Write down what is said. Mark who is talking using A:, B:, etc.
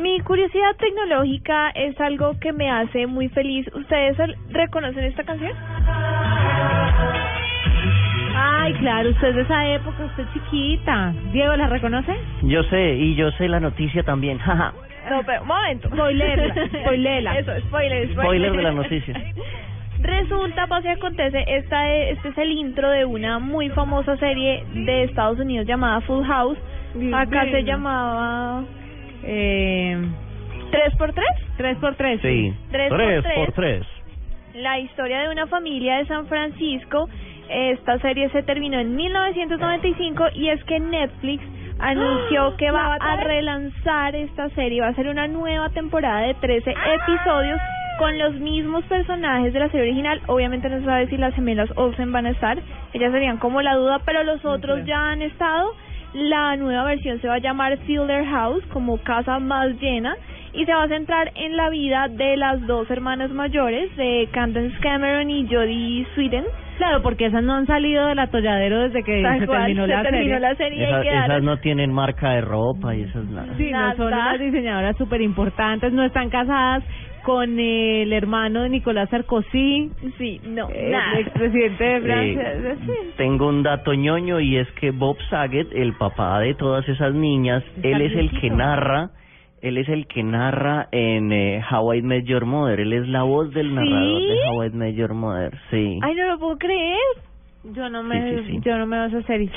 A: Mi curiosidad tecnológica es algo que me hace muy feliz. ¿Ustedes al- reconocen esta canción?
B: Ay, claro, usted es de esa época, usted es chiquita. Diego, ¿la reconoce?
C: Yo sé, y yo sé la noticia también. jaja.
A: No, pero un momento.
B: Spoilerla, spoilela.
A: Eso, spoiler, spoiler.
C: Spoiler de la noticia.
A: Resulta, pasa y acontece, esta es- este es el intro de una muy famosa serie de Estados Unidos llamada Full House. Acá se llamaba
B: Eh,
A: 3x3.
B: tres por Pues tres.
C: Sí.
A: Tres por
C: tres
A: tres.
C: por tres.
A: la historia de una familia de San Francisco. Esta serie se terminó en 1995 y es que Netflix anunció que va a relanzar esta serie. Va a ser una nueva temporada de 13 episodios con los mismos personajes de la serie original. Obviamente no se sabe si las gemelas Olsen van a estar. Ellas serían como la duda, pero los otros ya han estado. La nueva versión se va a llamar Fielder House, como casa más llena, y se va a centrar en la vida de las dos hermanas mayores, de Candace Cameron y Jodie Sweden.
B: Claro, porque esas no han salido del atolladero desde que
A: Tal
B: se
A: cual,
B: terminó
A: se
B: la
A: terminó
B: serie.
A: la serie
C: Esa-
A: y quedaron.
C: esas no tienen marca de ropa y esas nada.
B: Sí, no son
A: Nada.
B: unas diseñadoras súper importantes, no están casadas con el hermano de Nicolás Sarkozy,
A: Sí, no,
B: el
A: nada.
B: expresidente de Francia.
C: Eh, tengo un dato ñoño y es que Bob Saget, el papá de todas esas niñas,
B: Está
C: él es el
B: viejito.
C: que narra, él es el que narra en eh, How I Met Your Mother, él es la voz del narrador
A: ¿Sí?
C: de How I Met Your Mother, sí.
A: Ay, no lo puedo creer.
B: Yo no me,
C: Sí, sí, sí.
B: yo no me veo esa serie.